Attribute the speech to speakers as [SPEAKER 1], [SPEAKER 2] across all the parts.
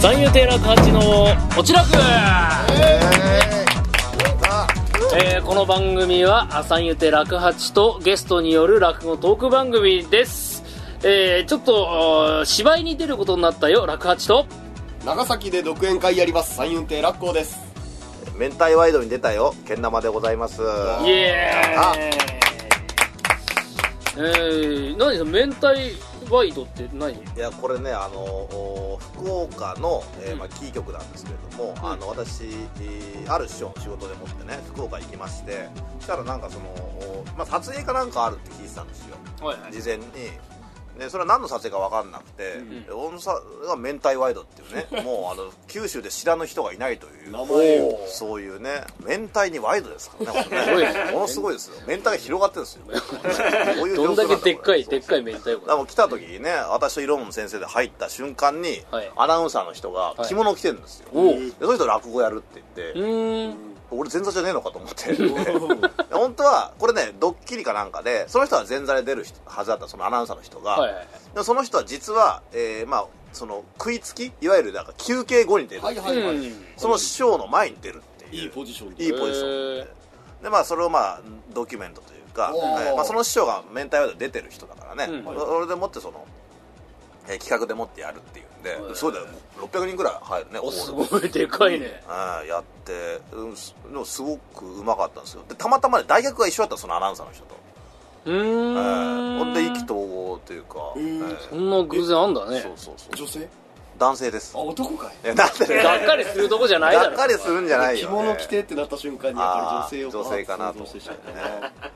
[SPEAKER 1] 三遊亭楽八の「おちらく」えーこの番組は「三遊亭楽八」とゲストによる落語トーク番組ですえーちょっとあー芝居に出ることになったよ楽八と
[SPEAKER 2] 長崎で独演会やります三遊亭楽光です
[SPEAKER 3] 明太ワイドに出たよけん玉でございます
[SPEAKER 1] イエーイえー、何その明太ワイドって何
[SPEAKER 3] いやこれねあのお福岡の、えーまあ、キー局なんですけれども、
[SPEAKER 1] ん
[SPEAKER 3] あの私、えーある師匠の仕事でもってね福岡行きましてそしたらなんかその、おまあ、撮影かなんかあるって聞いてたんですよ
[SPEAKER 1] はい
[SPEAKER 3] 事前にでそれは何の撮影か分かんなくて、で音さが明太ワイドっていうねもうあの九州で知らぬ人がいないという
[SPEAKER 2] 名前を
[SPEAKER 3] そういうね明太にワイドですからねこ
[SPEAKER 1] ごい
[SPEAKER 3] れ
[SPEAKER 1] です
[SPEAKER 3] ねものすごいですよ明太が広がってる んですよこういう
[SPEAKER 1] どんだけでっかい
[SPEAKER 3] 状況なんだこ
[SPEAKER 1] で
[SPEAKER 3] れ
[SPEAKER 1] っかい明太
[SPEAKER 3] だから
[SPEAKER 1] 子
[SPEAKER 3] もう来た時にね私と色物先生で入った瞬間に、
[SPEAKER 1] はい
[SPEAKER 3] アナウンサーの人が
[SPEAKER 1] はい
[SPEAKER 3] 着物を着てるんですよ、
[SPEAKER 1] おう
[SPEAKER 3] でその人落語やるって言って、
[SPEAKER 1] うーん
[SPEAKER 3] 俺前座じゃねえのかと思って本当はこれねドッキリかなんかでその人は前座で出る人はずだったそのアナウンサーの人が、
[SPEAKER 1] はいはいはい
[SPEAKER 3] でもその人は実は、えーまあその食いつきいわゆるなんか休憩後に出る、
[SPEAKER 2] はいはいはい、
[SPEAKER 1] うん
[SPEAKER 3] その師匠の前に出るっていう
[SPEAKER 2] いいポジションで
[SPEAKER 3] いいポジションででまあそれをまあドキュメントというか、
[SPEAKER 2] おー
[SPEAKER 3] えーまあ、その師匠が明太ワイド出てる人だからね、
[SPEAKER 1] うん
[SPEAKER 3] それでもってその、えー企画でもってやるっていうんで、
[SPEAKER 1] うん
[SPEAKER 3] そうだよ600人ぐらい入るね
[SPEAKER 1] お
[SPEAKER 3] オ
[SPEAKER 1] す
[SPEAKER 3] ール
[SPEAKER 1] ごいでかいね
[SPEAKER 3] はいやって、うん、すでもすごくうまかったんですよでたまたまね大学が一緒だったのそのアナウンサーの人と、
[SPEAKER 1] う
[SPEAKER 3] え
[SPEAKER 1] ー
[SPEAKER 3] ー
[SPEAKER 1] ん
[SPEAKER 3] ほんで意気投合というか、
[SPEAKER 2] へー
[SPEAKER 3] えー
[SPEAKER 1] そんな偶然あんだね
[SPEAKER 3] そうそうそう
[SPEAKER 2] 女性
[SPEAKER 3] 男性です
[SPEAKER 2] あ男かい
[SPEAKER 3] えなんでね
[SPEAKER 1] がっかりするとこじゃないだ
[SPEAKER 3] がっ
[SPEAKER 1] ろ
[SPEAKER 3] かりするんじゃない
[SPEAKER 2] 着
[SPEAKER 3] よ、
[SPEAKER 2] 物着てってなった瞬間にやっぱり女性を
[SPEAKER 3] あー女性かな
[SPEAKER 2] 想像してしまったね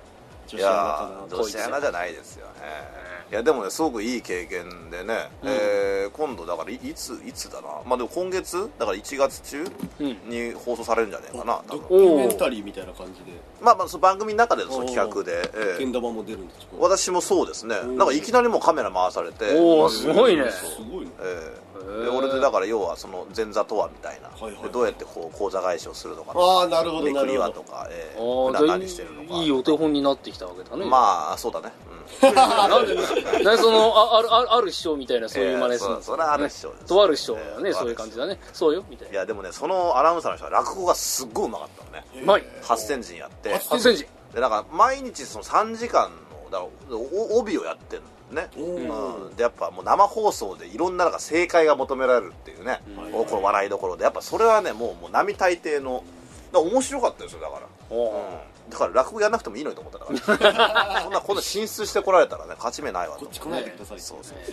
[SPEAKER 3] い
[SPEAKER 2] 女子ア
[SPEAKER 3] や
[SPEAKER 2] ナかな
[SPEAKER 3] 女子アナじゃないですよねいやでもねすごくいい経験でね、えー今度だからいいついつだなまあでも今月だから1月中
[SPEAKER 1] うん
[SPEAKER 3] に放送されるんじゃないかな、多
[SPEAKER 2] ド
[SPEAKER 3] 分
[SPEAKER 2] キュメンタリーみたいな感じで
[SPEAKER 3] まあまあその番組の中でその企画で、え
[SPEAKER 2] けん
[SPEAKER 3] ー
[SPEAKER 2] 玉も出るんですか
[SPEAKER 3] 私もそうですねなんかいきなりもうカメラ回されて
[SPEAKER 1] おおすごいね
[SPEAKER 2] すごいね
[SPEAKER 3] えー
[SPEAKER 1] へ
[SPEAKER 3] で
[SPEAKER 1] ー
[SPEAKER 3] 俺でだから要はその前座とはみたいな、
[SPEAKER 2] いはいはい
[SPEAKER 3] でどうやってこう講座返しをするのか
[SPEAKER 2] ああなるほど
[SPEAKER 3] め
[SPEAKER 2] な
[SPEAKER 3] く
[SPEAKER 2] る
[SPEAKER 3] り
[SPEAKER 2] ほ
[SPEAKER 3] は
[SPEAKER 2] ど
[SPEAKER 3] とか、え
[SPEAKER 1] あ
[SPEAKER 3] ー、普
[SPEAKER 1] ー
[SPEAKER 3] 段
[SPEAKER 1] じゃあ
[SPEAKER 3] 何してるのか
[SPEAKER 1] いいお手本になってきたわけだね
[SPEAKER 3] まあそうだね、うん
[SPEAKER 1] あなんで なんでそのああるあるある師匠みたいなそういう真似する
[SPEAKER 3] えーそうそれはある師匠です
[SPEAKER 1] とある師匠だよね
[SPEAKER 3] えー
[SPEAKER 1] そういう感じだねそうよみたい
[SPEAKER 3] い
[SPEAKER 1] な
[SPEAKER 3] やでもねそのアナウンサーの人は落語がすっごいうまかったのね
[SPEAKER 1] うまい
[SPEAKER 3] 8センチやって
[SPEAKER 1] 8センチ
[SPEAKER 3] でなんか毎日その3時間のだからお帯をやってるのね、うん、でやっぱもう生放送でいろんななんか正解が求められるっていうね、おこの笑いどころでやっぱそれはねもうもう並大抵のだから面白かったですよだから、うん、だから落語やらなくてもいいのにと思っただから そんなこんな進出してこられたらね勝ち目ないわと
[SPEAKER 2] こっ
[SPEAKER 3] 思っ
[SPEAKER 2] ち
[SPEAKER 3] て
[SPEAKER 2] 来ないでください
[SPEAKER 3] そうそうそ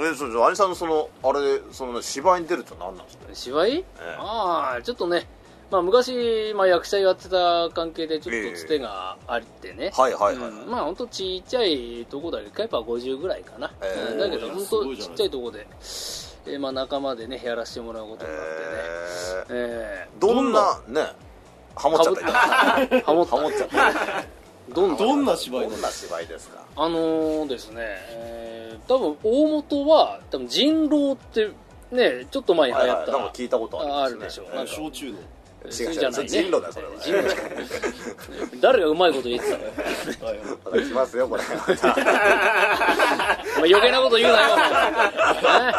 [SPEAKER 3] うえそうそう兄さんのそのあれその、ね、芝居に出るって何なんですか
[SPEAKER 1] 芝居、ああちょっとねまあ昔、まあ、役者やってた関係でちょっとつてがあってね、
[SPEAKER 3] はいはいはい、
[SPEAKER 1] うん、まあ本当ちっちゃいとこだけどやっぱ50ぐらいかな、
[SPEAKER 3] えー
[SPEAKER 1] うんだけど
[SPEAKER 2] いや
[SPEAKER 1] 本
[SPEAKER 2] すご
[SPEAKER 1] 当
[SPEAKER 2] いじゃ
[SPEAKER 1] ち
[SPEAKER 2] な
[SPEAKER 1] っ
[SPEAKER 2] い
[SPEAKER 1] ちゃいとこで、えーまあ、仲間でねやらせてもらうことになってね、
[SPEAKER 3] えー
[SPEAKER 1] え
[SPEAKER 3] どんなねハモっちゃったりとか
[SPEAKER 1] ー、ハモった
[SPEAKER 3] ハモっちゃったりとか
[SPEAKER 1] どんな
[SPEAKER 2] どんな芝居
[SPEAKER 3] ど
[SPEAKER 2] なん
[SPEAKER 3] んな芝居ですか
[SPEAKER 1] あのーですね、えー、多分大元は多分人狼ってねちょっと前に流
[SPEAKER 3] はい
[SPEAKER 1] 行
[SPEAKER 3] は
[SPEAKER 1] っ
[SPEAKER 3] い
[SPEAKER 1] た、
[SPEAKER 3] なんか聞いたこと
[SPEAKER 1] あ
[SPEAKER 3] あ
[SPEAKER 1] あ
[SPEAKER 3] り
[SPEAKER 1] る
[SPEAKER 3] ま
[SPEAKER 1] ですし
[SPEAKER 3] ね
[SPEAKER 1] ょなんか
[SPEAKER 2] 焼酎の
[SPEAKER 3] 違う違
[SPEAKER 1] じゃ
[SPEAKER 3] う
[SPEAKER 1] ないね
[SPEAKER 3] 人狼だよそれ
[SPEAKER 1] 人狼
[SPEAKER 3] は
[SPEAKER 1] じ誰がうまいこと言ってたのよ
[SPEAKER 2] はいはい
[SPEAKER 3] また来ますよこれ
[SPEAKER 1] お前余計なこと言うなよ お前ね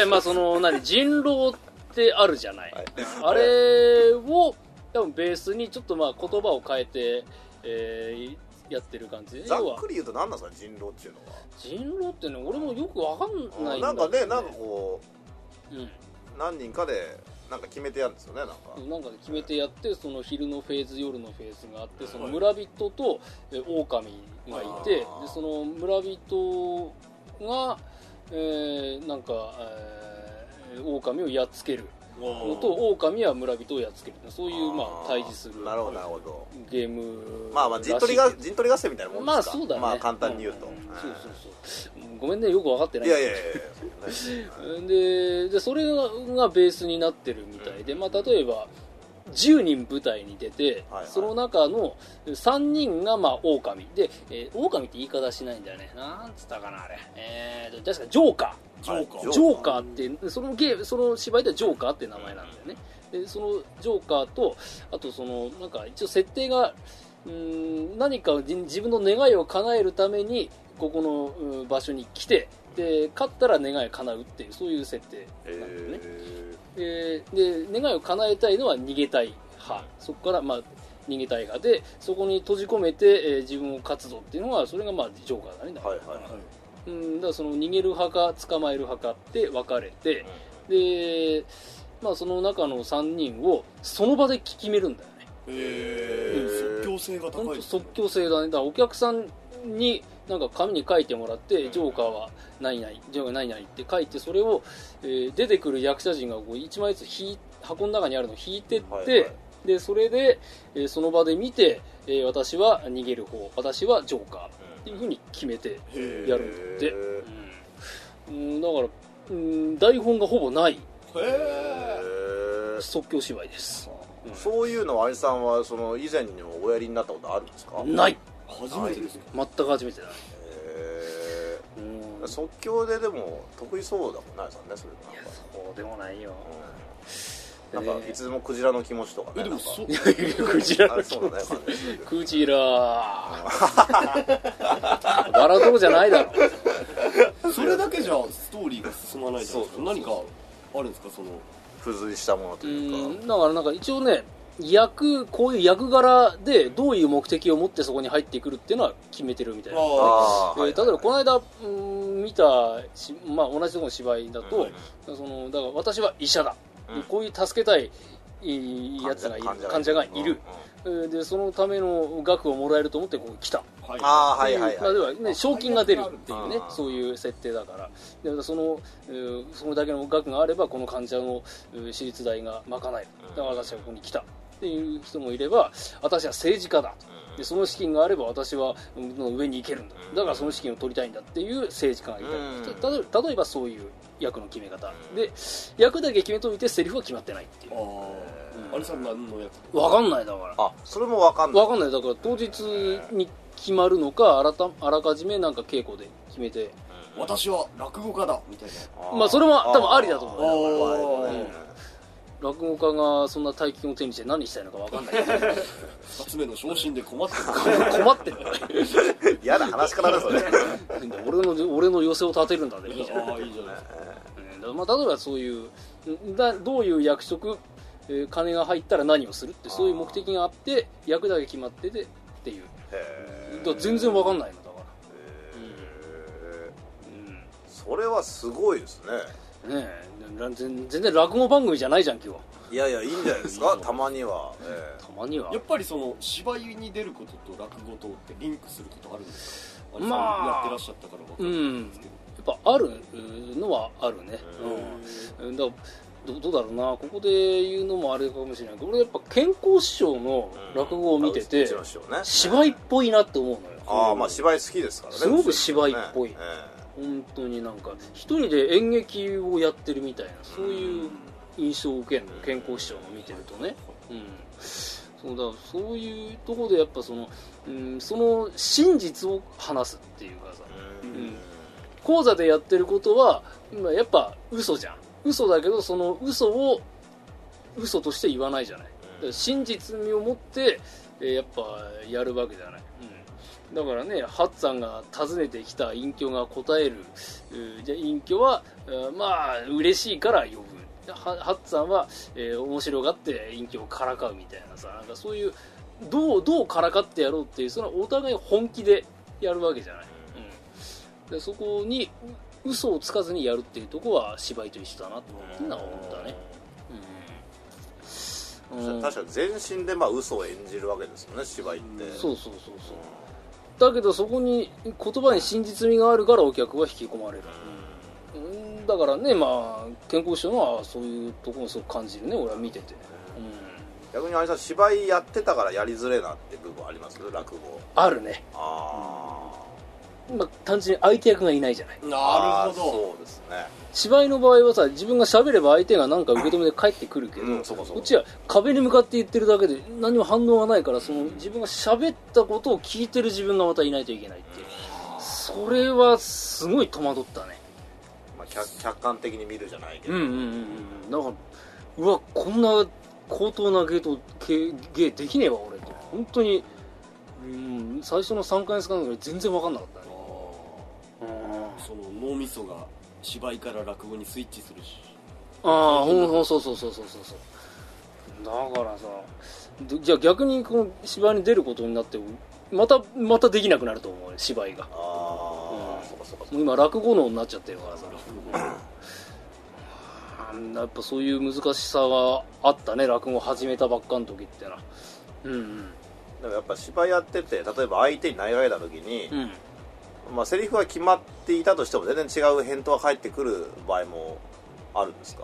[SPEAKER 1] でまあその何人狼ってあるじゃない、あれを多分ベースにちょっとまあ言葉を変えて、えーやってる感じ
[SPEAKER 3] ざ
[SPEAKER 1] 要
[SPEAKER 3] っ
[SPEAKER 1] は
[SPEAKER 3] くり言うと何なんですか人狼っていうの
[SPEAKER 1] 人狼ってね俺もよくわかんな
[SPEAKER 3] はい
[SPEAKER 1] んだ
[SPEAKER 3] なんかねなんかこ
[SPEAKER 1] うん
[SPEAKER 3] う何人かでなんか決めてやるんですよねなんか
[SPEAKER 1] なんかで決めてやってその昼のフェーズ夜のフェーズがあってその村人とえ狼がいてで
[SPEAKER 3] あー
[SPEAKER 1] その村人が、えーなんか、えー、狼をやっつけるのと狼は村人をやっつけるそういうまあ対峙する
[SPEAKER 3] なるほどなるほど
[SPEAKER 1] ゲーム
[SPEAKER 3] まあまあ陣取り
[SPEAKER 1] ら
[SPEAKER 3] が
[SPEAKER 1] しいけど
[SPEAKER 3] 陣取り合戦みたいなもんですか
[SPEAKER 1] まあそうだね
[SPEAKER 3] まあ簡単に言うと
[SPEAKER 1] んそうそうそうごめんねよく分かってないい
[SPEAKER 3] やいやいやいやそんな
[SPEAKER 1] ででそれががベースになってるみたいで、まあ、例えば10人舞台に出て、
[SPEAKER 3] はいはい
[SPEAKER 1] その中の3人がまあ狼で、えー、狼って言い方しないんだよねなんつったかなあれえーと確かジョーカ
[SPEAKER 2] ジョーカ
[SPEAKER 3] は
[SPEAKER 1] ー
[SPEAKER 3] い
[SPEAKER 1] ジョーカーってそのゲーその芝居ではジョーカーって名前なんだよねでそのジョーカーとあとそのなんか一応設定がうーん何かじ自分の願いを叶えるためにここのうん場所に来てで勝ったら願い叶うっていうそういう設定なんですね、えーで願いを叶えたいのは逃げたい派そこからまあ逃げたい派でそこに閉じ込めて、えー自分を勝つぞっていうのはそれがまあジョーカーだね、
[SPEAKER 3] はいはいはい
[SPEAKER 1] うん、だからその逃げる派か捕まえる派かって分かれて、で、まあ、その中の3人をその場で決めるんだよね
[SPEAKER 2] え
[SPEAKER 3] うん
[SPEAKER 2] ー、即興性が
[SPEAKER 1] 本
[SPEAKER 2] 高い
[SPEAKER 1] 当
[SPEAKER 2] ですね
[SPEAKER 1] 即興性だねだからお客さんになんか紙に書いてもらって、ジョーカーは何々ジョーカーは何々って書いてそれを、えー出てくる役者陣がこう1枚ずつ引い箱の中にあるのを引いてって、
[SPEAKER 3] はいはい
[SPEAKER 1] でそれで、えーその場で見て、えー私は逃げる方私はジョーカーっていうふうに決めて
[SPEAKER 2] へ
[SPEAKER 1] やるんだって、うん、だから、うん、台本がほぼない
[SPEAKER 2] えへ
[SPEAKER 3] へえ
[SPEAKER 1] 即興芝居です、
[SPEAKER 3] そういうのはあいさんはその以前にもおやりになったことあるんですか
[SPEAKER 1] うんない
[SPEAKER 2] ー初めてですか
[SPEAKER 1] 全く初めてだ、
[SPEAKER 3] へ
[SPEAKER 1] うん、
[SPEAKER 3] え即興ででも得意そうだもんねあいさんねそれ
[SPEAKER 1] いや
[SPEAKER 3] なんか
[SPEAKER 1] そうでもないよ
[SPEAKER 3] うんなんかいつでもクジラの気持ちとかね
[SPEAKER 2] えでも
[SPEAKER 3] なんか
[SPEAKER 2] そ
[SPEAKER 1] いやクジラ
[SPEAKER 3] あ
[SPEAKER 1] の
[SPEAKER 3] れ
[SPEAKER 1] 気
[SPEAKER 3] そう
[SPEAKER 1] 持
[SPEAKER 3] だ ね
[SPEAKER 1] ち
[SPEAKER 3] 感じする
[SPEAKER 1] クジラ笑うとこじゃないだろ
[SPEAKER 2] それだけじゃストーリーが進まないじゃないですか
[SPEAKER 3] そうそうそう
[SPEAKER 2] 何かあるんですかその
[SPEAKER 3] 付随したものと
[SPEAKER 1] う
[SPEAKER 3] いうか
[SPEAKER 1] んだからなんか一応ね役こういう役柄でどういう目的を持ってそこに入ってくるっていうのは決めてるみたいな
[SPEAKER 3] ああ
[SPEAKER 1] えー
[SPEAKER 3] はい
[SPEAKER 1] 例えばこの間、うん見たし、まあ、同じところの芝居だと、
[SPEAKER 3] うん
[SPEAKER 1] そのだから私は医者だ、
[SPEAKER 3] うん
[SPEAKER 1] こういう助けたいいいやつがいる患者がいる、えーでそのための額をもらえると思ってここに来た
[SPEAKER 2] はい
[SPEAKER 3] ああ
[SPEAKER 1] っ
[SPEAKER 3] は
[SPEAKER 1] て
[SPEAKER 3] い
[SPEAKER 1] いう
[SPEAKER 3] はい
[SPEAKER 1] まあ
[SPEAKER 3] はい
[SPEAKER 1] 要はね、賞金が出るっていうね
[SPEAKER 3] あー
[SPEAKER 1] そういう設定だからでその、えーそのだけの額があればこの患者のえー手術代が賄えるだから私はここに来たっていう人もいれば私は政治家だ
[SPEAKER 3] うん
[SPEAKER 1] でその資金があれば私はうん上に行けるんだ
[SPEAKER 3] うん
[SPEAKER 1] だからその資金を取りたいんだっていう政治家がいたり
[SPEAKER 3] う
[SPEAKER 1] た例えばそういう役の決め方で役だけ決めといてセリフは決まってないっていう
[SPEAKER 2] あーあれさん何のやつ
[SPEAKER 1] 分かんないだから
[SPEAKER 3] あそれもわかんない
[SPEAKER 1] わかんないだから当日に決まるのかあらたあらかじめなんか稽古で決めて
[SPEAKER 2] 私は落語家だみたいな
[SPEAKER 1] まあそれも多分ありだと思う
[SPEAKER 3] あー
[SPEAKER 2] あー
[SPEAKER 3] あー
[SPEAKER 1] 落語家がそんな大金を手にして何したいのかわかんない
[SPEAKER 2] 二つ目の昇進で困 ってる
[SPEAKER 1] 困って る
[SPEAKER 3] 嫌な話し方 だそれ
[SPEAKER 1] 俺の俺の寄せを立てるんだねい いじゃん
[SPEAKER 2] ああいいじゃないですか
[SPEAKER 1] うんだからまあ、例えばそういうんだどういう役職、えー金が入ったら何をするってそういう目的があって役だけ決まっててっていう
[SPEAKER 3] へ
[SPEAKER 1] だから全然わかんないのだか
[SPEAKER 3] え
[SPEAKER 1] ら、うんね
[SPEAKER 3] それはすごいですね
[SPEAKER 1] えな全全然落語番組じゃないじゃん今日
[SPEAKER 3] いやいやいいんじゃないですかたまにはえ
[SPEAKER 1] たまには
[SPEAKER 2] やっぱりその芝居に出ることと落語とってリンクすることあるんですかあれさん
[SPEAKER 1] まあ
[SPEAKER 2] やってらっしゃったからわか
[SPEAKER 1] う
[SPEAKER 2] る
[SPEAKER 1] んやっぱあるのはあるねうん、だからどどうだろうなここで言うのもあれかもしれないけど俺やっぱ健康師匠の
[SPEAKER 3] え
[SPEAKER 1] 落語を見てて、
[SPEAKER 3] うちの師匠ね
[SPEAKER 1] 芝居っぽいなって思うのよ
[SPEAKER 3] ああまあ芝居好きですからね
[SPEAKER 1] すごく芝居っぽい
[SPEAKER 3] ねえ
[SPEAKER 1] 本当になんか一人で演劇をやってるみたいなそういう印象を受けるの健康師匠を見てるとね、うん、そうだからそういうところでやっぱその、うん、その真実を話すっていうかさ
[SPEAKER 3] えうん
[SPEAKER 1] うん講座でやってることは、まあ、やっぱ嘘じゃん嘘だけどその嘘を嘘として言わないじゃないだから真実味を持って、えーやっぱやるわけじゃない、うん、だからねハッツさんが訪ねてきた隠居が答える、えーじゃあ隠居は、えーまあ嬉しいから呼ぶはハッツさんは、えー面白がって隠居をからかうみたいなさなんかそういうどうどうからかってやろうっていうそのお互い本気でやるわけじゃない、うん、でそこにう嘘をつかずにやるっていうとこは芝居と一緒だなっていうのは思ったねうん、うん、
[SPEAKER 3] 確かに全身でまあ嘘を演じるわけですよね芝居って
[SPEAKER 1] そうそうそうそうだけどそこに言葉に真実味があるからお客は引き込まれる、うん、だからねまあ健康師匠のはそういうところもすごく感じるね俺は見てて、うん、
[SPEAKER 3] 逆にあいさん芝居やってたからやりづれえなって部分あります落語
[SPEAKER 1] あるね、
[SPEAKER 3] あ
[SPEAKER 1] まあ、単純に相手役がいないじゃない
[SPEAKER 3] あ
[SPEAKER 2] なるほ
[SPEAKER 3] そうですね
[SPEAKER 1] 芝居の場合はさ自分が喋れば相手が何か受け止めて帰ってくるけど、
[SPEAKER 3] うんそうかそう
[SPEAKER 1] こっちは壁に向かって言ってるだけで何も反応がないからその自分が喋ったことを聞いてる自分がまたいないといけないっていうそれはすごい戸惑ったね
[SPEAKER 3] まあ客客観的に見るじゃないけど
[SPEAKER 1] うんうんうんうんだからうわこんな高等な芸と芸芸できねえわ俺って本当にうん最初の3回目使うのが全然分かんなかったね
[SPEAKER 2] どその脳みそが芝居から落語にスイッチするし
[SPEAKER 1] ああほんほんそうそうそうそうそうそうだからさどじゃあ逆にこの芝居に出ることになってまたまたできなくなると思う芝居が
[SPEAKER 3] ああそうかそうか
[SPEAKER 1] もう今落語能になっちゃってるからさ
[SPEAKER 2] 落語が
[SPEAKER 1] うんやっぱそういう難しさがあったね落語始めたばっかの時ってなうんうん
[SPEAKER 3] でもやっぱ芝居やってて例えば相手に投げられた時に、
[SPEAKER 1] うん
[SPEAKER 3] まあ、セリフは決まっていたとしても全然違う返答が返ってくる場合もあるんですか、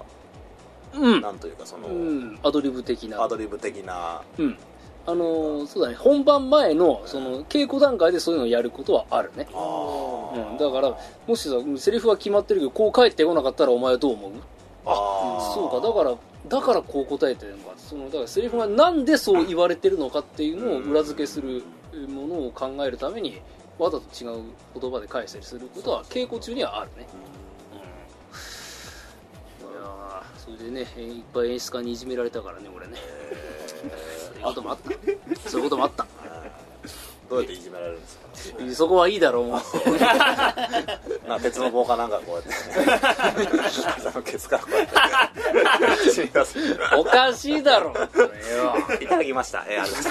[SPEAKER 1] うん
[SPEAKER 3] なんというかその、
[SPEAKER 1] うん、アドリブ的な
[SPEAKER 3] アドリブ的な
[SPEAKER 1] うんあのーそうだね本番前のその稽古段階でそういうのをやることはあるね、
[SPEAKER 3] あ
[SPEAKER 1] うん、だからもしさセリフは決まってるけどこう返ってこなかったらお前はどう思う
[SPEAKER 3] あ
[SPEAKER 1] そうかだからだからこう答えてるのかそのだからセリフがなんでそう言われてるのかっていうのを裏付けするものを考えるためにわざと違う言葉で返したりすることは稽古中にはあるねいやーそれでねえーいっぱい演出家にいじめられたからね俺ねそういうこともあったそういうこともあった
[SPEAKER 3] どうやっていじめられるんですか
[SPEAKER 1] そこはいいだろうもう
[SPEAKER 3] な鉄の棒かなんかこうや ってね膝のケツからこうやってすみません
[SPEAKER 1] おかしいだろそれよ
[SPEAKER 3] いただきましたえーありがとうご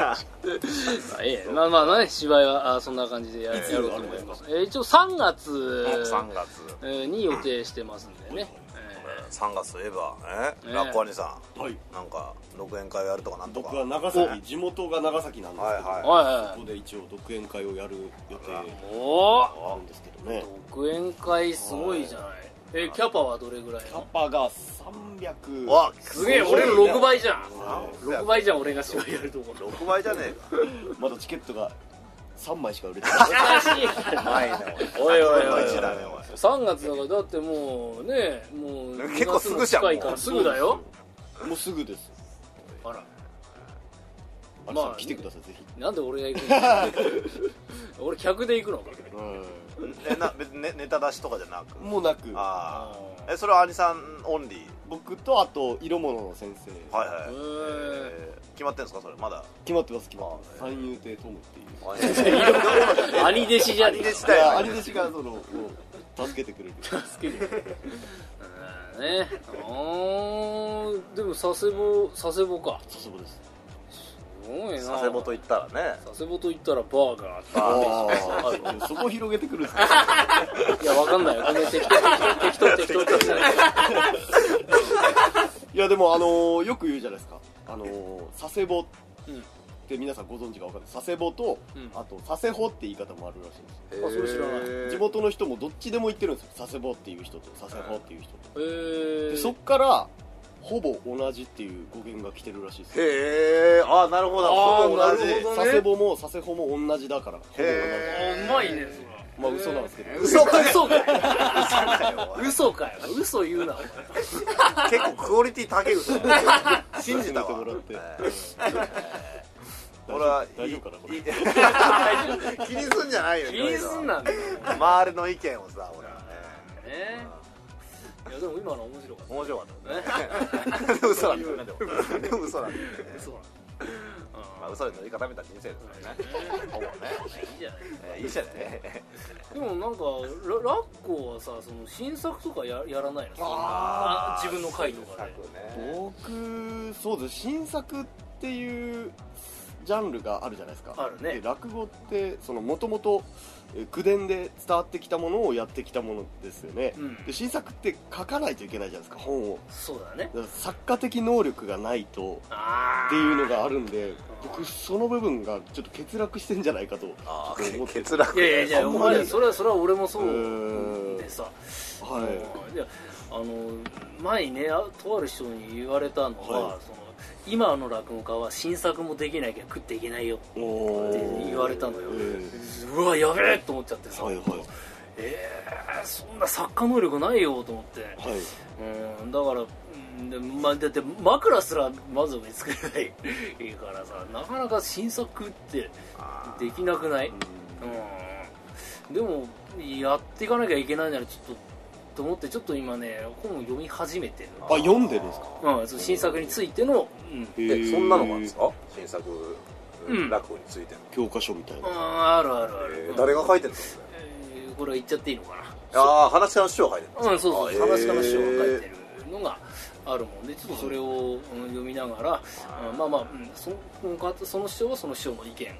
[SPEAKER 3] います
[SPEAKER 1] まあええまあまあまあね芝居はあそんな感じでや
[SPEAKER 2] いつ
[SPEAKER 1] やろうと思
[SPEAKER 2] ある
[SPEAKER 1] い
[SPEAKER 2] ん
[SPEAKER 1] ま
[SPEAKER 2] ですす
[SPEAKER 1] えー一応3月
[SPEAKER 3] 3月
[SPEAKER 1] えーに予定してますんでね、え
[SPEAKER 3] 3月といえばえ
[SPEAKER 1] ね
[SPEAKER 3] ラッコ兄さ
[SPEAKER 2] はい
[SPEAKER 3] んなんか独演会をやるとかなんとか
[SPEAKER 2] 僕は長崎地元が長崎なんですけど、
[SPEAKER 3] はい
[SPEAKER 1] ー
[SPEAKER 3] は
[SPEAKER 1] はい
[SPEAKER 2] ここで一応独演会をやる予定
[SPEAKER 1] はいお
[SPEAKER 2] あるんですけどね
[SPEAKER 1] お独演会すごいじゃないえキャパはどれぐらい
[SPEAKER 2] キャ
[SPEAKER 1] の
[SPEAKER 2] パが300
[SPEAKER 3] わ
[SPEAKER 1] すげえ俺の6倍じゃん6倍じゃん俺が芝居やるところ
[SPEAKER 3] 6倍じゃねえ
[SPEAKER 2] まだチケットが3枚しか売れてない
[SPEAKER 1] お かしい
[SPEAKER 3] か前ね
[SPEAKER 1] おいおいおい
[SPEAKER 3] 1だねおい
[SPEAKER 1] 3月だからだってもうねもう
[SPEAKER 3] 結構すぐじゃん
[SPEAKER 1] 2月の近いからすぐだよ
[SPEAKER 2] もうすぐです
[SPEAKER 1] あら
[SPEAKER 2] あれ
[SPEAKER 1] まあ
[SPEAKER 2] さん来てくださいぜひ
[SPEAKER 1] なんで俺が行くの 俺客で行くのか
[SPEAKER 3] えな別にネネタ出しとかじゃなく
[SPEAKER 2] もうなく
[SPEAKER 3] あ
[SPEAKER 1] あ
[SPEAKER 3] あえそれは兄さんオンリー
[SPEAKER 2] 僕とあと色物の先生
[SPEAKER 3] はいはい、
[SPEAKER 1] ーへ
[SPEAKER 3] えー決まってんですかそれまだ
[SPEAKER 2] 決まってます決まってます三遊亭トムっていう
[SPEAKER 1] え兄弟子じゃねえか
[SPEAKER 3] 兄弟子
[SPEAKER 2] い
[SPEAKER 3] だよ
[SPEAKER 2] や兄弟子がそのもう助けてくれ る
[SPEAKER 1] 助けてうんねあーでも佐世保佐世保か
[SPEAKER 2] そうそうです
[SPEAKER 1] すごいな
[SPEAKER 3] 佐世保と言ったらね
[SPEAKER 1] 佐世保と言ったらバーガーって
[SPEAKER 3] あ
[SPEAKER 2] あそこ広げてくるんですね
[SPEAKER 1] いやわかんないよごめん適当適当適当適
[SPEAKER 2] いやでもあのーよく言うじゃないですかあのー佐世保っ
[SPEAKER 1] 当うん
[SPEAKER 2] て皆さんご存知かわかんない佐世保と
[SPEAKER 1] うん
[SPEAKER 2] あと佐世保って言い方もあるらしいんですよ
[SPEAKER 3] そ
[SPEAKER 1] あそれ知らない
[SPEAKER 2] 地元の人もどっちでも言ってるんですよ佐世保っていう人と佐世保っていう人と
[SPEAKER 1] えー
[SPEAKER 2] でそっからほぼ同じっていう語源が来てるらしいですよ
[SPEAKER 3] へえあなるほど
[SPEAKER 1] あー
[SPEAKER 3] ほぼ同
[SPEAKER 1] なるほどね
[SPEAKER 2] 佐世保も佐世保も同じだからほぼ同じ
[SPEAKER 3] へ
[SPEAKER 1] うまいねそ
[SPEAKER 2] まあ嘘なんですけど、
[SPEAKER 1] 嘘か嘘かよ
[SPEAKER 3] じ
[SPEAKER 1] 嘘かよ嘘言うなお前
[SPEAKER 3] 結構クオリティ高い嘘信じたわ
[SPEAKER 2] 褒めてもら
[SPEAKER 3] えー俺は
[SPEAKER 2] 大丈夫かなこれ
[SPEAKER 3] いい 気にすんじゃないよ
[SPEAKER 1] 気にすんなんだよ
[SPEAKER 3] 周りの意見をさ俺はね
[SPEAKER 1] ねいやでも今の面白かっ
[SPEAKER 3] 面白かった
[SPEAKER 1] たね
[SPEAKER 3] でも嘘なんだよねでもでも 嘘なんだよね
[SPEAKER 1] 嘘なんだ
[SPEAKER 3] まあ嘘で塗り固めた人生ですからねほぼね
[SPEAKER 1] いいじゃない
[SPEAKER 3] えーいいじゃない
[SPEAKER 1] でもなんかララッコはさその新作とかややらないのそんなあ自分の回とかで
[SPEAKER 2] 僕そうです新作っていうジャンルがあるじゃないですか
[SPEAKER 1] あるね
[SPEAKER 2] で落語ってそのもともと口伝で伝わってきたものをやってきたものですよね、
[SPEAKER 1] うん
[SPEAKER 2] で新作って書かないといけないじゃないですか本を
[SPEAKER 1] そうだね
[SPEAKER 2] だから作家的能力がないと
[SPEAKER 1] あ
[SPEAKER 2] っていうのがあるんで僕その部分がちょっと欠落してんじゃないかと
[SPEAKER 3] あ
[SPEAKER 2] ちょっと思
[SPEAKER 3] あ
[SPEAKER 2] って
[SPEAKER 3] 欠落
[SPEAKER 1] いやいやいや
[SPEAKER 2] あ
[SPEAKER 1] お
[SPEAKER 2] んまり
[SPEAKER 1] 前それはそれは俺もそうう
[SPEAKER 2] ーん
[SPEAKER 1] でさ
[SPEAKER 2] はい
[SPEAKER 1] やあの前にねあとある人に言われたのは、
[SPEAKER 2] はい
[SPEAKER 1] その今の落語家は新作もできなきゃ食っていけないよ
[SPEAKER 2] いお
[SPEAKER 1] って
[SPEAKER 2] ー
[SPEAKER 1] 言われたのよ
[SPEAKER 2] え
[SPEAKER 1] うわやべえと思っちゃって
[SPEAKER 2] え
[SPEAKER 1] さ、
[SPEAKER 2] はいはい
[SPEAKER 1] えー、そんな作家能力ないよと思って、
[SPEAKER 2] はい
[SPEAKER 1] うんだからうんでまあ、だって枕すらまず見つけない いいからさなかなか新作ってできなくないうんでもやっていかなきゃいけないならちょっとと思ってちょっと今ね本を読み始めてる
[SPEAKER 2] あ読んでるんですか
[SPEAKER 1] うん、その新作についての、うん、
[SPEAKER 2] へ
[SPEAKER 3] え
[SPEAKER 2] ー
[SPEAKER 3] そんなのがあるんですか新作
[SPEAKER 1] うん
[SPEAKER 3] 落語についての
[SPEAKER 2] 教科書みたいな
[SPEAKER 1] あーあるあるある、
[SPEAKER 3] えー誰が書いてるんですか
[SPEAKER 1] えーこれは言っちゃっていいのかな
[SPEAKER 3] ああ話し家の師匠が入ってる
[SPEAKER 1] うん、そうそう、
[SPEAKER 3] あ
[SPEAKER 1] 話し方の書が書いて
[SPEAKER 3] へ
[SPEAKER 1] るのがあるもんで、ちょっとそれを、うん読みながら、うんまあまあ、うんそのその師匠はその師匠の意見、で、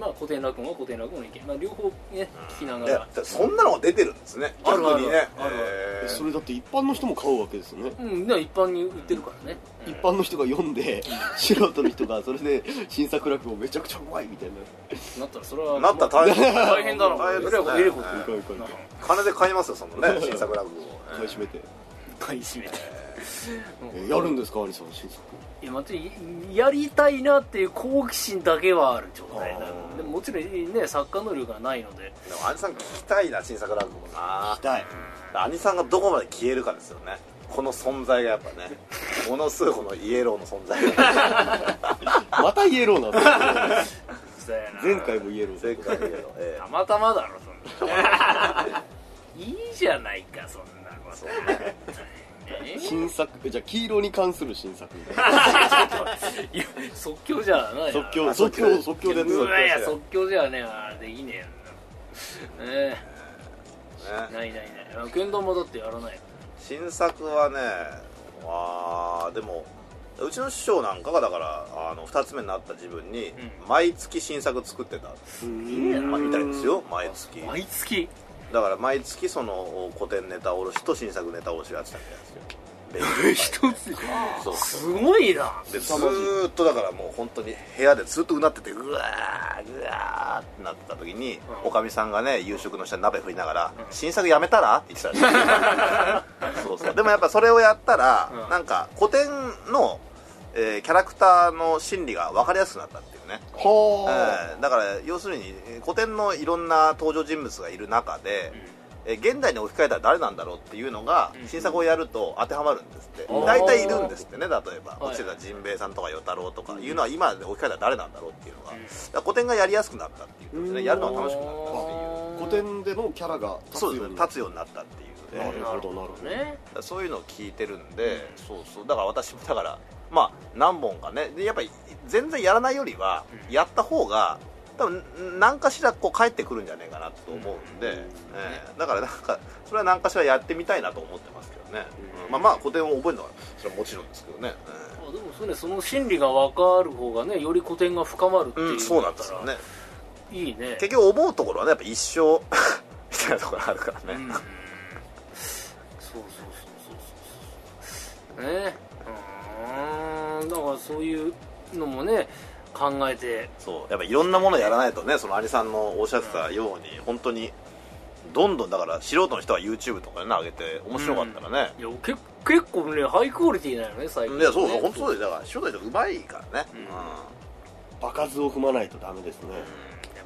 [SPEAKER 1] まあ、古典落語は古典落語の意見、まあ、両方ね、聞きなが
[SPEAKER 3] えいや
[SPEAKER 1] ら、
[SPEAKER 3] そんなのが出てるんですね
[SPEAKER 1] あるある
[SPEAKER 3] 逆にね
[SPEAKER 1] あるある
[SPEAKER 3] へ
[SPEAKER 2] え
[SPEAKER 3] ー
[SPEAKER 2] それだって一般の人も買うわけですよね
[SPEAKER 1] うん、では一般に売ってるからね。うん
[SPEAKER 2] 一般の人が読んで素人の人がそれで新作落語めちゃくちゃうまいみたいな
[SPEAKER 1] なったら、それは、
[SPEAKER 3] なったら大変
[SPEAKER 1] 大変だな、
[SPEAKER 3] 大変
[SPEAKER 1] え
[SPEAKER 3] で
[SPEAKER 1] ら
[SPEAKER 3] す
[SPEAKER 1] いこと、
[SPEAKER 3] ね
[SPEAKER 1] えらいこと
[SPEAKER 3] うん
[SPEAKER 2] いかいかい
[SPEAKER 1] 言うな
[SPEAKER 2] か。
[SPEAKER 3] 金で買いますよそのね新作落語を
[SPEAKER 2] 買い占めて
[SPEAKER 1] 買い占めて。
[SPEAKER 2] えーやるんですかアリさん新作
[SPEAKER 1] いやまあ、やりたいなっていう好奇心だけはある状態な
[SPEAKER 3] あー
[SPEAKER 1] のでもちろんね作家能力がないので
[SPEAKER 3] でも兄さん聞きたいな新作落語もな
[SPEAKER 2] たい
[SPEAKER 3] 兄さんがどこまで消えるかですよねこの存在がやっぱねものすごいこのイエローの存在が
[SPEAKER 2] またイエローなんだ
[SPEAKER 1] そうやな
[SPEAKER 2] 前回もイエロー
[SPEAKER 3] 前回のイエローえ
[SPEAKER 1] たまたまだろそんないいじゃないかそんなことね
[SPEAKER 2] 新作じゃあ黄色に関する新作みたいな
[SPEAKER 1] いや即興じゃないな
[SPEAKER 2] 即興
[SPEAKER 3] あ
[SPEAKER 2] 即興即興でやって
[SPEAKER 1] う
[SPEAKER 2] る
[SPEAKER 1] わいや即興じゃねあーできねえよなね
[SPEAKER 3] え
[SPEAKER 1] え
[SPEAKER 3] ね
[SPEAKER 1] ないないないけん玉だってやらない
[SPEAKER 3] 新作はねあーでもうちの師匠なんかがだからあの2つ目になった自分に
[SPEAKER 1] うん
[SPEAKER 3] 毎月新作作ってた、まあ、みたいですよ毎月
[SPEAKER 1] 毎月
[SPEAKER 3] だから毎月その古典ネタおろしと新作ネタおろしをやってたみたいで すよ
[SPEAKER 1] 一つ
[SPEAKER 3] そうそう
[SPEAKER 1] すごいな
[SPEAKER 3] でずーっとだからもう本当に部屋でずっとうなっててうわーうわーってなってた時に、
[SPEAKER 1] うん
[SPEAKER 3] おかみさんがね夕食の下で鍋振りながら「新作やめたら?」って言ってたん ですよそうそうでもやっぱそれをやったら、
[SPEAKER 1] うん
[SPEAKER 3] なんか古典の、えーキャラクターの心理が分かりやすくなったっていうね
[SPEAKER 2] ほー
[SPEAKER 3] えーだから要するにえー古典のいろんな登場人物がいる中で、えー現代に置き換えたら誰なんだろうっていうのが
[SPEAKER 1] うん
[SPEAKER 3] 新作をやると当てはまるんですって
[SPEAKER 1] うん
[SPEAKER 3] 大体いるんですってね例えば
[SPEAKER 1] い
[SPEAKER 3] 落ちてたジンベエさんとか与太郎とかいうのは今で置き換えたら誰なんだろうっていうのが
[SPEAKER 1] うん
[SPEAKER 3] だから古典がやりやすくなったっていうことですね
[SPEAKER 2] うん
[SPEAKER 3] やるのが楽しくなったっていう
[SPEAKER 2] 古典でのキャラが立つ
[SPEAKER 3] そ
[SPEAKER 2] よ
[SPEAKER 3] うです
[SPEAKER 2] う
[SPEAKER 3] ね
[SPEAKER 2] に
[SPEAKER 3] 立つようになったっていう
[SPEAKER 2] な
[SPEAKER 3] ね
[SPEAKER 2] る
[SPEAKER 1] な
[SPEAKER 2] ほ
[SPEAKER 1] る
[SPEAKER 2] ど
[SPEAKER 1] ほ
[SPEAKER 2] なる
[SPEAKER 1] ど
[SPEAKER 2] ほど
[SPEAKER 1] ね
[SPEAKER 3] だからそういうのを聞いてるんでそうそうだから私もだからまあ何本かねでやっぱり全然やらないよりは
[SPEAKER 1] うん
[SPEAKER 3] やった方が多分何かしらこう帰ってくるんじゃないかなと思うんで、
[SPEAKER 2] うん
[SPEAKER 3] ええだからなんかそれは何かしらやってみたいなと思ってますけどね、うんまあまあ古典を覚えるのはそれはもちろんですけどね、え
[SPEAKER 1] あでもそうねその心理が分かる方がねより古典が深まるって
[SPEAKER 3] え
[SPEAKER 1] いう、
[SPEAKER 3] うんそうなんですよね
[SPEAKER 1] いいね
[SPEAKER 3] 結局思うところはねやっぱ一生 みたいなところがあるか
[SPEAKER 1] う
[SPEAKER 3] らね、
[SPEAKER 1] んそうそうそうそうそうそうねうーんだからそういうのもね考えて
[SPEAKER 3] そうやっぱいろんなものやらないとねその有さんのおっしゃってたように本当にどんどんだから素人の人は YouTube とかね上げて面白かったらね、
[SPEAKER 1] いや結結構ねハイクオリティなのね最近
[SPEAKER 3] いやそうそう本当そうですだから素人の人うまいからね、
[SPEAKER 1] うん
[SPEAKER 2] 場数を踏まないとダメですね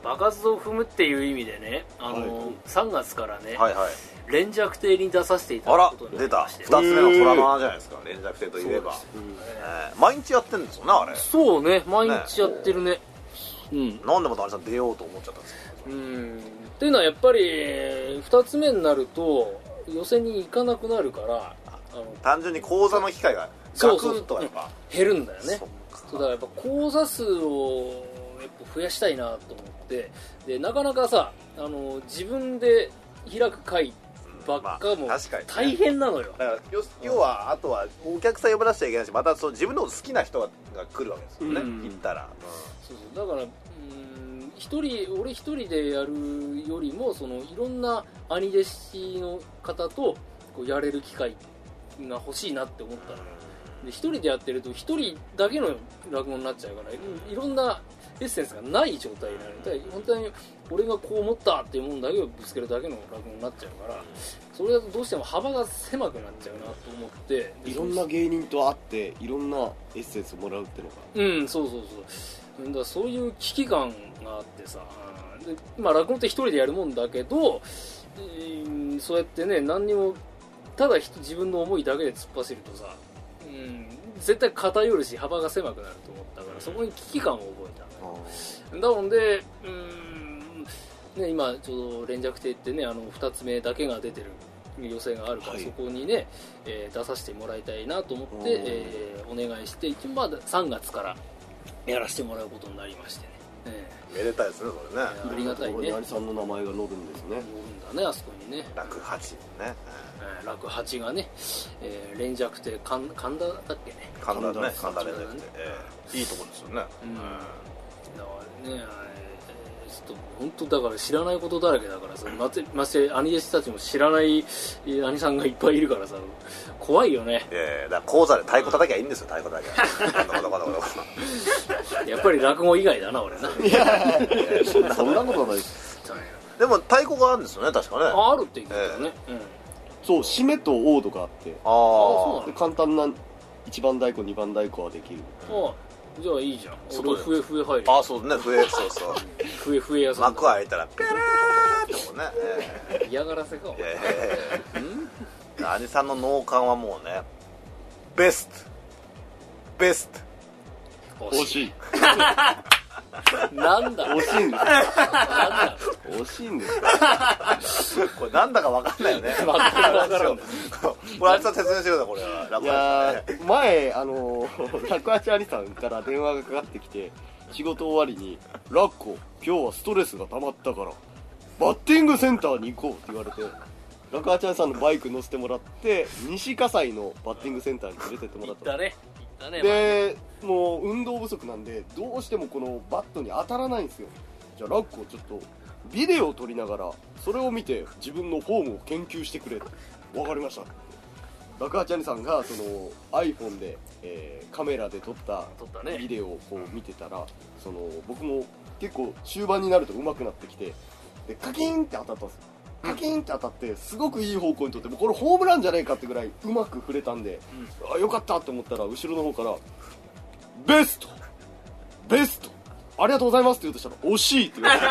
[SPEAKER 1] 場数を踏むっていう意味でねあの、
[SPEAKER 2] はい
[SPEAKER 1] 3月から
[SPEAKER 3] う
[SPEAKER 1] ね、
[SPEAKER 3] んはいはい
[SPEAKER 1] 連雀亭に出させていた
[SPEAKER 3] あ
[SPEAKER 1] だ
[SPEAKER 3] ら
[SPEAKER 1] くことにな
[SPEAKER 3] 出
[SPEAKER 1] り
[SPEAKER 3] た
[SPEAKER 1] まして
[SPEAKER 3] 2つ目の虎の穴じゃないですか連絡性といえば
[SPEAKER 1] そう、
[SPEAKER 3] えー毎日やってんですよねあれ
[SPEAKER 1] そうね毎日やってるねうん
[SPEAKER 3] なんでまた有さん出ようと思っちゃったんですか
[SPEAKER 1] うんっていうのはやっぱり2つ目になると予選に行かなくなるからあの
[SPEAKER 3] 単純に講座の機会が
[SPEAKER 1] そ
[SPEAKER 3] ガ
[SPEAKER 1] う
[SPEAKER 3] ク
[SPEAKER 1] そう
[SPEAKER 3] ッとはやっぱ
[SPEAKER 1] 減るんだよね
[SPEAKER 3] そっ
[SPEAKER 1] そうだからやっぱ講座数をやっぱ増やしたいなと思ってでなかなかさあの自分で開く会ばっかも
[SPEAKER 3] まあ確かにね
[SPEAKER 1] 大変なのよ、
[SPEAKER 3] だから要要はあとはお客さん呼ばなくちゃいけないしまたその自分のこと好きな人が来るわけですよね、
[SPEAKER 1] うん
[SPEAKER 3] 行ったら、
[SPEAKER 1] そうそうだからうーん一人俺一人でやるよりもそのいろんな兄弟子の方とこうやれる機会が欲しいなって思ったのよで一人でやってると一人だけの落語になっちゃうからいいろんなエッセンスがない状態になるだから本当に俺がこう思ったっていうもんだけをぶつけるだけの落語になっちゃうからそれだとどうしても幅が狭くなっちゃうなと思ってで
[SPEAKER 2] いろんな芸人と会っていろんなエッセンスもらうってのが
[SPEAKER 1] うんそうそうそうだからそういう危機感があってさで、まあ、落語って一人でやるもんだけど、うんそうやってね何にもただひ自分の思いだけで突っ走るとさ、うん、絶対偏るし幅が狭くなると思ったからそこに危機感を覚えただもんで、うーん、ね、今、ちょうど連着亭ってね、あの2つ目だけが出てる予選があるから、
[SPEAKER 2] はい
[SPEAKER 1] そこにね、えー出させてもらいたいなと思って
[SPEAKER 2] おー、
[SPEAKER 1] えーお願いして、一応まだ3月からやらせてもらうことになりましてね。え
[SPEAKER 3] めでたいですねそれね
[SPEAKER 1] えありがたい
[SPEAKER 2] ころ
[SPEAKER 1] ね
[SPEAKER 2] にアリさんの名前が載るんです ね
[SPEAKER 1] 思うんだねあそこにね
[SPEAKER 3] 楽八ね
[SPEAKER 1] えー楽八がね、えー、連弱亭神神田だっけね
[SPEAKER 3] 神田ね
[SPEAKER 2] 神
[SPEAKER 3] 神
[SPEAKER 2] 田
[SPEAKER 3] 田
[SPEAKER 1] です
[SPEAKER 3] 連絡でええいいとこですよ
[SPEAKER 1] う
[SPEAKER 3] ね
[SPEAKER 1] んだからねえーちょっと本当だから知らないことだらけだからさまてまして兄弟子たちも知らないえー兄さんがいっぱいいるからさ怖いよね
[SPEAKER 3] ええだから講座で太鼓叩きゃいいんですよ太鼓叩きゃどこどこどこどこ
[SPEAKER 1] やっぱり落語以外だな俺な
[SPEAKER 2] そんなことないです
[SPEAKER 3] でも太鼓があるんですよね確かねあ
[SPEAKER 1] ああるって言ってたね、うん
[SPEAKER 2] そう締めと王とかあって
[SPEAKER 3] あー
[SPEAKER 1] そう
[SPEAKER 2] で簡単な1番太鼓2番太鼓はできる
[SPEAKER 1] ああじゃあいいじゃん
[SPEAKER 3] すごい
[SPEAKER 1] 俺笛笛入る
[SPEAKER 3] あーそうね笛そうそう
[SPEAKER 1] 笛笛屋さん
[SPEAKER 3] 幕
[SPEAKER 1] だ
[SPEAKER 3] 開いたらピャラーってこうねえ
[SPEAKER 1] 嫌がらせかお前
[SPEAKER 3] えいやいやいや 兄さんの脳幹はもうねベストベスト
[SPEAKER 1] 惜しい
[SPEAKER 2] い
[SPEAKER 1] なんだ
[SPEAKER 2] 惜しいんで
[SPEAKER 1] なんだ
[SPEAKER 2] す惜しいんですよ
[SPEAKER 3] これなんだか分かんない よね
[SPEAKER 1] 全く分からん
[SPEAKER 3] これあいつは説明してくださいこれは落語
[SPEAKER 2] い
[SPEAKER 3] です
[SPEAKER 2] やー前あのー 百八兄さんから電話がかかってきて仕事終わりに「ラッコ今日はストレスが溜まったからバッティングセンターに行こう」って言われて百八兄さんのバイク乗せてもらって西葛西のバッティングセンターに連れてっても
[SPEAKER 1] 行
[SPEAKER 2] らっ
[SPEAKER 1] ったたね行ったね
[SPEAKER 2] でもう運動不足なんでどうしてもこのバットに当たらないんですよじゃあラックをちょっとビデオを撮りながらそれを見て自分のフォームを研究してくれわかりましたラクハチャニさんがその iPhone で、えーカメラで撮った
[SPEAKER 1] 撮ったね
[SPEAKER 2] ビデオをこう見てたらその僕も結構終盤になると上手くなってきてでカキーンって当たったんですよカキーンって当たってすごくいい方向にとってもうこれホームランじゃねえかってぐらいうまく触れたんで、あよかったと思ったら後ろの方から「ベストベストありがとうございます」って言うとしたら「惜しい」って言われて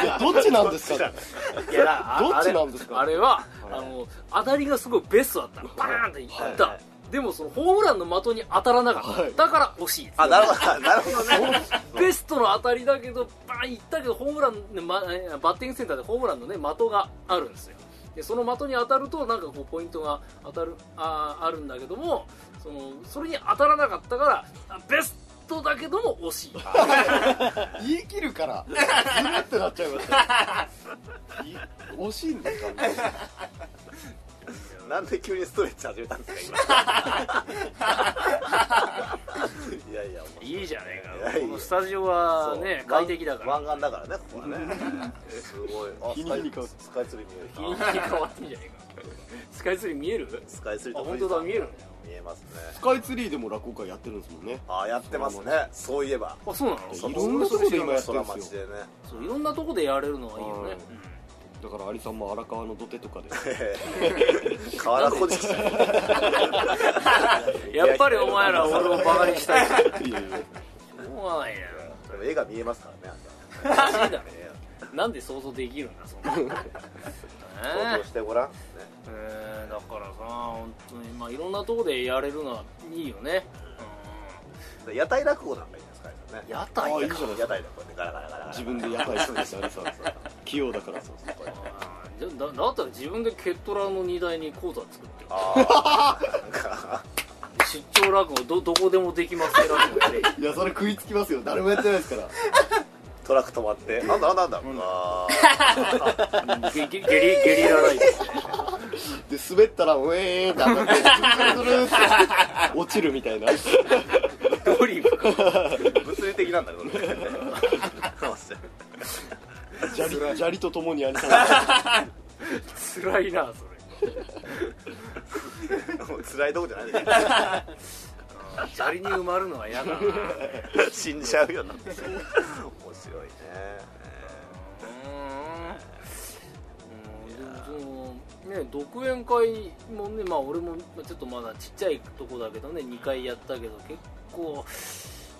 [SPEAKER 2] いや どっちなんですかっ
[SPEAKER 1] い
[SPEAKER 2] て
[SPEAKER 1] やあ
[SPEAKER 2] どっち
[SPEAKER 1] あれ
[SPEAKER 2] なんですか
[SPEAKER 1] あれは、あの当たりがすごいベストだったのバーンっていった、
[SPEAKER 3] はい
[SPEAKER 1] でもそのホームランの的に当たらなかった、
[SPEAKER 2] はい
[SPEAKER 1] だから惜しいです
[SPEAKER 3] あなるほどな るほどね
[SPEAKER 1] ベストの当たりだけどバーンいったけどホームランね、ま、えーバッティングセンターでホームランのね的があるんですよでその的に当たるとなんかこうポイントが当たるあーあるんだけどもそのそれに当たらなかったからあベストだけども惜しい
[SPEAKER 2] 言い切るからずるってなっちゃいましたい惜しいんですか
[SPEAKER 3] なんで急にストレッチ始めたんで すか今いやいやお前
[SPEAKER 1] いいじゃね
[SPEAKER 3] い
[SPEAKER 1] え
[SPEAKER 3] や
[SPEAKER 1] か
[SPEAKER 3] いや
[SPEAKER 1] このスタジオはね快適だから
[SPEAKER 3] 湾湾岸だからねここは ねすごいあ
[SPEAKER 2] 日に日に変わる
[SPEAKER 3] スカイツリー見える
[SPEAKER 1] 日に日に変わってんじゃねえかスカイツリー見える
[SPEAKER 3] スカイツリー
[SPEAKER 1] あ
[SPEAKER 3] と
[SPEAKER 1] 本当だ見えるね
[SPEAKER 3] 見えますね
[SPEAKER 2] スカイツリーでも落語会やってるんですもんね
[SPEAKER 3] あやってますねそういえば
[SPEAKER 1] あそうなの
[SPEAKER 2] い
[SPEAKER 1] そう
[SPEAKER 2] ろんなとこで今やってる
[SPEAKER 3] 空
[SPEAKER 2] んですよ
[SPEAKER 3] 町でね
[SPEAKER 1] そういろんなとこでやれるのはいいよ
[SPEAKER 2] は
[SPEAKER 1] ね
[SPEAKER 2] いだからアリさんも荒川の土手とかで
[SPEAKER 3] 河原小路
[SPEAKER 1] うんやっぱりお前ら俺をバカにしたい
[SPEAKER 2] いやいや
[SPEAKER 1] おい
[SPEAKER 3] 絵が見えますからね
[SPEAKER 1] おかしいだろ
[SPEAKER 3] え
[SPEAKER 1] なんで想像できるんだそんな のね
[SPEAKER 3] え登場してごらんね
[SPEAKER 1] えーだからさ本当にまあいろんなとこでやれるのはいいよね
[SPEAKER 3] で屋台落語なんかいいんですかね
[SPEAKER 1] うん屋台
[SPEAKER 2] あい
[SPEAKER 1] だ
[SPEAKER 2] いじゃないですか
[SPEAKER 3] 屋台でこうやってガラガラガラガラ
[SPEAKER 2] 自分で屋台するんですよアリさん器用だからそうそう
[SPEAKER 1] じゃだだったら自分でケトラの荷台に講座作ってよ
[SPEAKER 3] ああなんか
[SPEAKER 1] 出張落語どどこでもできますよ落語やれ
[SPEAKER 2] いやそれ食いつきますよ誰もやってないですから
[SPEAKER 3] トラック止まってなんだなんだなんだあ
[SPEAKER 1] ゲゲゲリゲリラライブ
[SPEAKER 2] で滑ったらウェーって当たってズルズルズルって落ちるみたいな
[SPEAKER 1] ドリブ
[SPEAKER 3] ー物理的なんだねそれ
[SPEAKER 2] 砂利砂利とともにアリさんが
[SPEAKER 1] つらいなそれ
[SPEAKER 3] もう辛いとこじゃないね
[SPEAKER 1] 砂利に埋まるのは嫌だな
[SPEAKER 3] 死んじゃうようになって面白いね
[SPEAKER 1] うんうんでもそのね独演会もねまあ俺もちょっとまだちっちゃいとこだけどね2回やったけど結構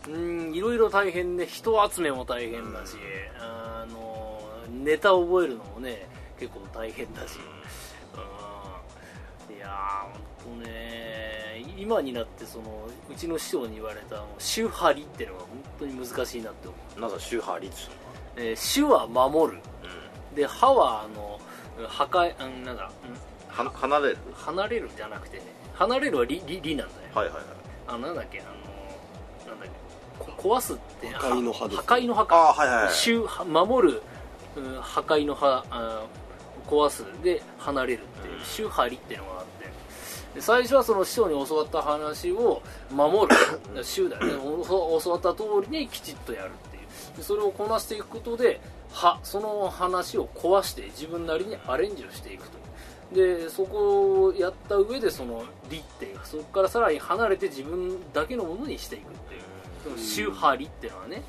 [SPEAKER 1] うんいろいろ大変で人集めも大変だし、あのネタ覚えるのもね結構大変だし、うん、いやーほんとね今になってそのうちの師匠に言われたあの「手張り」ってのが本当に難しいなって思う
[SPEAKER 3] なんか宗派律
[SPEAKER 1] えー手は守る、で歯はあの破壊あなんだ、
[SPEAKER 3] は離れる
[SPEAKER 1] うん離れるじゃなくてね離れるは理理理なんだよ、
[SPEAKER 3] はいはいはい
[SPEAKER 1] あのなんだっけあのなんだっこ壊すって
[SPEAKER 2] 破壊の歯です
[SPEAKER 1] 破壊の破
[SPEAKER 3] あ
[SPEAKER 1] か
[SPEAKER 3] あはいはいはい
[SPEAKER 1] 周波守る、うん破壊の歯あー壊すで離れるっていう周波りっていうのがあってで最初はその師匠に教わった話を守る周だよねお教わった通りにきちっとやるっていうでそれをこなしていくことで歯その話を壊して自分なりにアレンジをしていくとでそこをやった上でその「理」っていうそこからさらに離れて自分だけのものにしていくっていうその宗派理っていうのはね、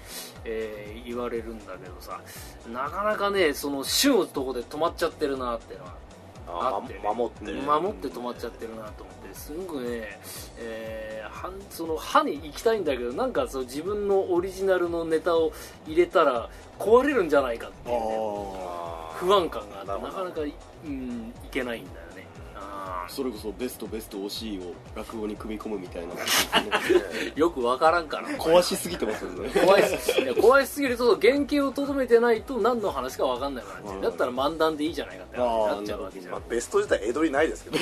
[SPEAKER 1] えー言われるんだけどさなかなかねその宗のとこで止まっちゃってるなっていうのは
[SPEAKER 3] あ
[SPEAKER 1] あって
[SPEAKER 3] ま守って
[SPEAKER 1] 守って止まっちゃってるなと思ってすごくね、えーはんその歯に行きたいんだけどなんかその自分のオリジナルのネタを入れたら壊れるんじゃないかっていう、ね、
[SPEAKER 2] あ
[SPEAKER 3] 不
[SPEAKER 1] 不安感があって
[SPEAKER 3] なるほ
[SPEAKER 1] な
[SPEAKER 3] ど
[SPEAKER 1] かなかい,、うん、いけないんだよねあ
[SPEAKER 2] あそれこそベストベスト惜しいを落語に組み込むみたいな
[SPEAKER 1] ーよくわからんから
[SPEAKER 2] 壊しすぎてますよね
[SPEAKER 1] 怖いっすいや怖いすぎると原型をとどめてないと何の話か分かんないからっていう
[SPEAKER 2] うん
[SPEAKER 1] だったら漫談でいいじゃないかってなっちゃうわけじゃん
[SPEAKER 3] ま
[SPEAKER 1] な
[SPEAKER 3] あベスト自体江戸にないですけど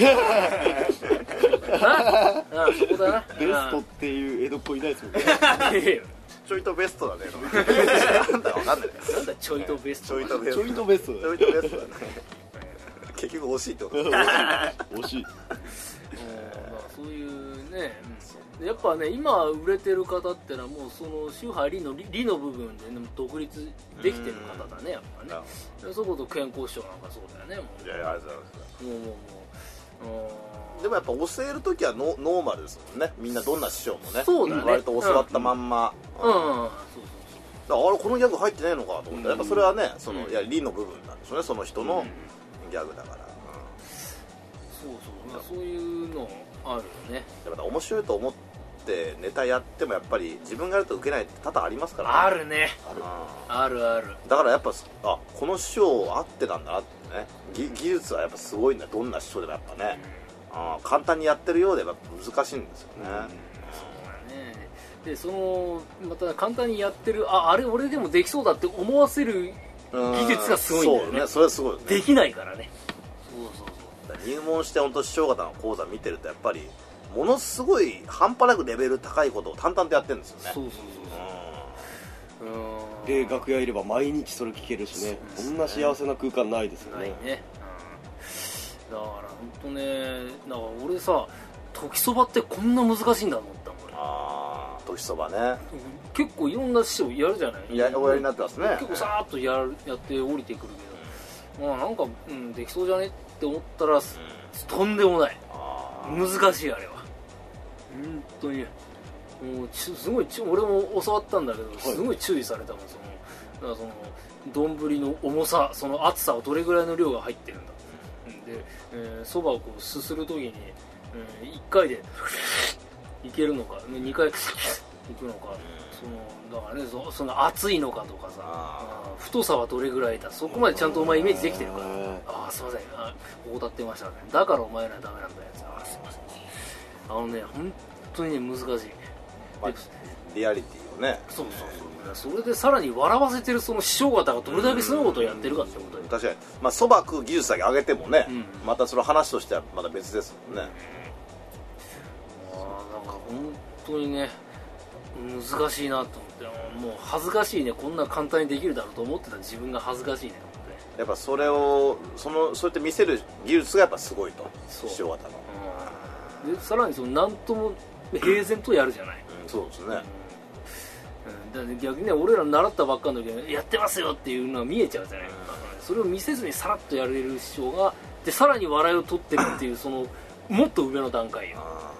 [SPEAKER 1] あそこだな
[SPEAKER 2] ベストっていう江戸っ子いないです もんね
[SPEAKER 1] あいやいや
[SPEAKER 3] ちょいとベストだねなんだかわかんな い
[SPEAKER 1] なんだちょいとベス
[SPEAKER 3] ち
[SPEAKER 1] ト
[SPEAKER 3] ょいとベス
[SPEAKER 2] ち
[SPEAKER 3] ト
[SPEAKER 2] ょいとベスト
[SPEAKER 3] ちょいとベストだね結局惜しいってこと
[SPEAKER 2] 惜しい
[SPEAKER 1] うんまあそういうね、うんやっぱね今売れてる方ってのはもうその宗派理の理理の部分で、ね、独立できてる方だねやっぱね
[SPEAKER 3] な
[SPEAKER 1] そういうこと健康師匠なんかそうだよねも
[SPEAKER 3] いやいやありがとうございます
[SPEAKER 1] うもうもうもううん
[SPEAKER 3] でもやっぱ教える時はノノーマルですもんねみんなどんな師匠もね
[SPEAKER 1] そうだね
[SPEAKER 3] 割と教わったまんま、
[SPEAKER 1] うん
[SPEAKER 3] だ
[SPEAKER 1] う
[SPEAKER 3] か
[SPEAKER 1] んそうそう
[SPEAKER 3] らあれこのギャグ入ってないのかと思ったらやっぱそれはねその、
[SPEAKER 1] うん
[SPEAKER 3] いや理の部分なんでしょうねその人
[SPEAKER 1] そう
[SPEAKER 3] のギャグだから、うん
[SPEAKER 1] そうそう、まあ、そういうのあるよね
[SPEAKER 3] やっぱ面白いと思ってネタやってもやっぱり自分がやると受けないって多々ありますから、
[SPEAKER 1] あるね
[SPEAKER 3] うん
[SPEAKER 1] あるある
[SPEAKER 3] だからやっぱあこの師匠合ってたんだなってねぎ技術はやっぱすごいんだどんな師匠でもやっぱね、うん簡単にやってるようでやっぱ難しいんですよね、
[SPEAKER 1] そうだねでそのまた簡単にやってるああれ俺でもできそうだって思わせる
[SPEAKER 3] うん
[SPEAKER 1] 技術がすごいんだよね
[SPEAKER 3] そうねそれはすごいよね
[SPEAKER 1] できないからねそうそう
[SPEAKER 3] 入門して本当師匠方の講座見てるとやっぱりものすごい半端なくレベル高いことを淡々とやってるんですよね
[SPEAKER 1] そうそうそうそう
[SPEAKER 2] で楽屋いれば毎日それ聞けるしねこんな幸せな空間ないですよ
[SPEAKER 1] ない
[SPEAKER 2] ね
[SPEAKER 1] ね、うん、だから本当ねだから俺さ時そばってこんな難しいんだと思ったもん俺
[SPEAKER 3] ああ年そばね
[SPEAKER 1] 結構いろんな師匠やるじゃない
[SPEAKER 3] やおやりになってますね
[SPEAKER 1] 結構さーっとやるやって降りてくるけど、まあなんか、うん、できそうじゃねって思ったら、とんでもない
[SPEAKER 3] あ
[SPEAKER 1] 難しいあれは本当にもうちすごいち俺も教わったんだけどすごい注意されたもんそのだからその丼の重さその厚さをどれぐらいの量が入ってるんだうんでえーそば、をこうすする時に、え1回でいけるのか2回いくのかそのだからねそその厚いのかとかさ
[SPEAKER 3] あ
[SPEAKER 1] うん太さはどれぐらいだそこまでちゃんとお前イメージできてるから
[SPEAKER 2] うん
[SPEAKER 1] ああすいませんあ怠ってましたねだからお前らダメなんだよああすいませんあのね本当にね難しいで
[SPEAKER 3] まあリアリティをね
[SPEAKER 1] そうそうそうそれでさらに笑わせてるその師匠方がどれだけすごいことをやってるかってことで
[SPEAKER 3] 確かにまあそば食う技術だけ上げてもね、
[SPEAKER 1] うん
[SPEAKER 3] またその話としてはまた別ですもんね、
[SPEAKER 1] ああなんか本当にね難しいなと思ってもう恥ずかしいねこんな簡単にできるだろうと思ってた自分が恥ずかしいねと思って
[SPEAKER 3] やっぱそれをそのそうやって見せる技術がやっぱすごいと
[SPEAKER 1] そう
[SPEAKER 3] 師匠方の、
[SPEAKER 1] うんでさらにその何とも平然とやるじゃない
[SPEAKER 3] うんそうですね、
[SPEAKER 1] うん、だって逆にね俺ら習ったばっかの時にやってますよっていうのは見えちゃうじゃない、それを見せずにさらっとやれる師匠がでさらに笑いを取ってるっていうそ のもっと上の段階よ
[SPEAKER 3] あ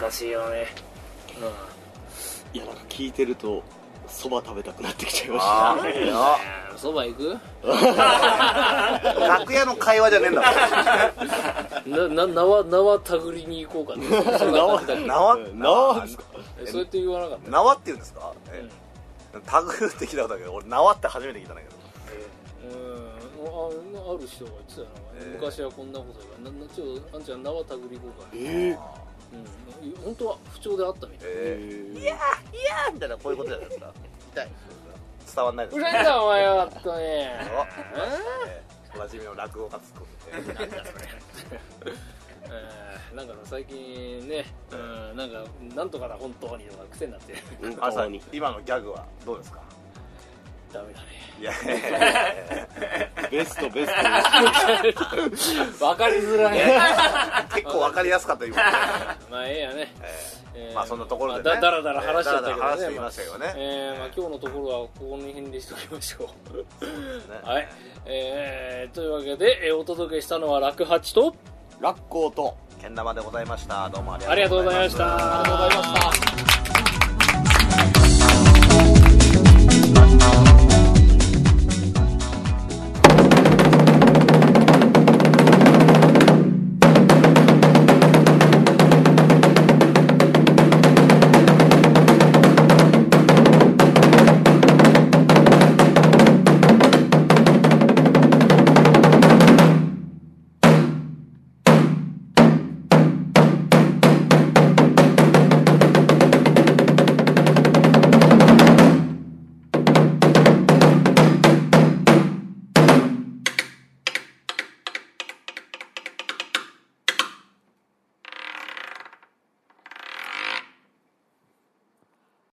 [SPEAKER 1] 難しいよね
[SPEAKER 2] いやなんか聞いてるとそば食べたくなってきちゃいました
[SPEAKER 3] あーいい
[SPEAKER 1] うん
[SPEAKER 3] な
[SPEAKER 1] えーそば行く
[SPEAKER 3] 楽屋の会話じゃねえんだもん
[SPEAKER 1] なな縄縄たぐりに行こうか ねそば食べたくな
[SPEAKER 3] 縄
[SPEAKER 2] 縄ですか
[SPEAKER 1] えそうやって言わなかった
[SPEAKER 3] 縄って言うんですか、えタグって聞いたことあるけど俺縄って初めて聞いたんだけど
[SPEAKER 1] うんあある人が言ってたよな、
[SPEAKER 3] えー
[SPEAKER 1] 昔はこんなこと言うからななちょっとあんちゃん縄たぐり行こうかね、
[SPEAKER 2] えー
[SPEAKER 1] うん、本当は不調であったみたい
[SPEAKER 3] え
[SPEAKER 2] え
[SPEAKER 3] ー、みたいなこういうことじゃないですか痛い伝わんないです
[SPEAKER 1] うれんだお前は本 当に
[SPEAKER 3] おえーおなじみの落語家ツッコミ
[SPEAKER 1] えーなんか最近ね、うん、なんかなんとかだ本当にとか癖になって
[SPEAKER 3] 朝
[SPEAKER 2] に
[SPEAKER 3] に今のギャグはどうですか
[SPEAKER 1] ダメだね
[SPEAKER 3] いやいやいや
[SPEAKER 2] ベストベス
[SPEAKER 1] わかりづら い
[SPEAKER 3] 結構わかりやすかった今、
[SPEAKER 1] まあええやね、
[SPEAKER 3] え
[SPEAKER 1] え
[SPEAKER 3] ー
[SPEAKER 1] ー
[SPEAKER 3] まあそんなところでね、
[SPEAKER 1] まあだだらだら話しちゃったけどね
[SPEAKER 3] だらだら話していましたけどね、
[SPEAKER 1] えーまあ、今日のところはこの辺でしときましょう
[SPEAKER 3] ね
[SPEAKER 1] はい、えー、というわけで、えーお届けしたのは楽八と
[SPEAKER 2] トラッコーと
[SPEAKER 3] けん玉でございましたどうもあり
[SPEAKER 1] ありがと
[SPEAKER 3] がと
[SPEAKER 1] う
[SPEAKER 3] う
[SPEAKER 1] ご
[SPEAKER 3] ご
[SPEAKER 1] ざ
[SPEAKER 3] ざ
[SPEAKER 1] いまし
[SPEAKER 3] いましたた
[SPEAKER 2] ありがとうございました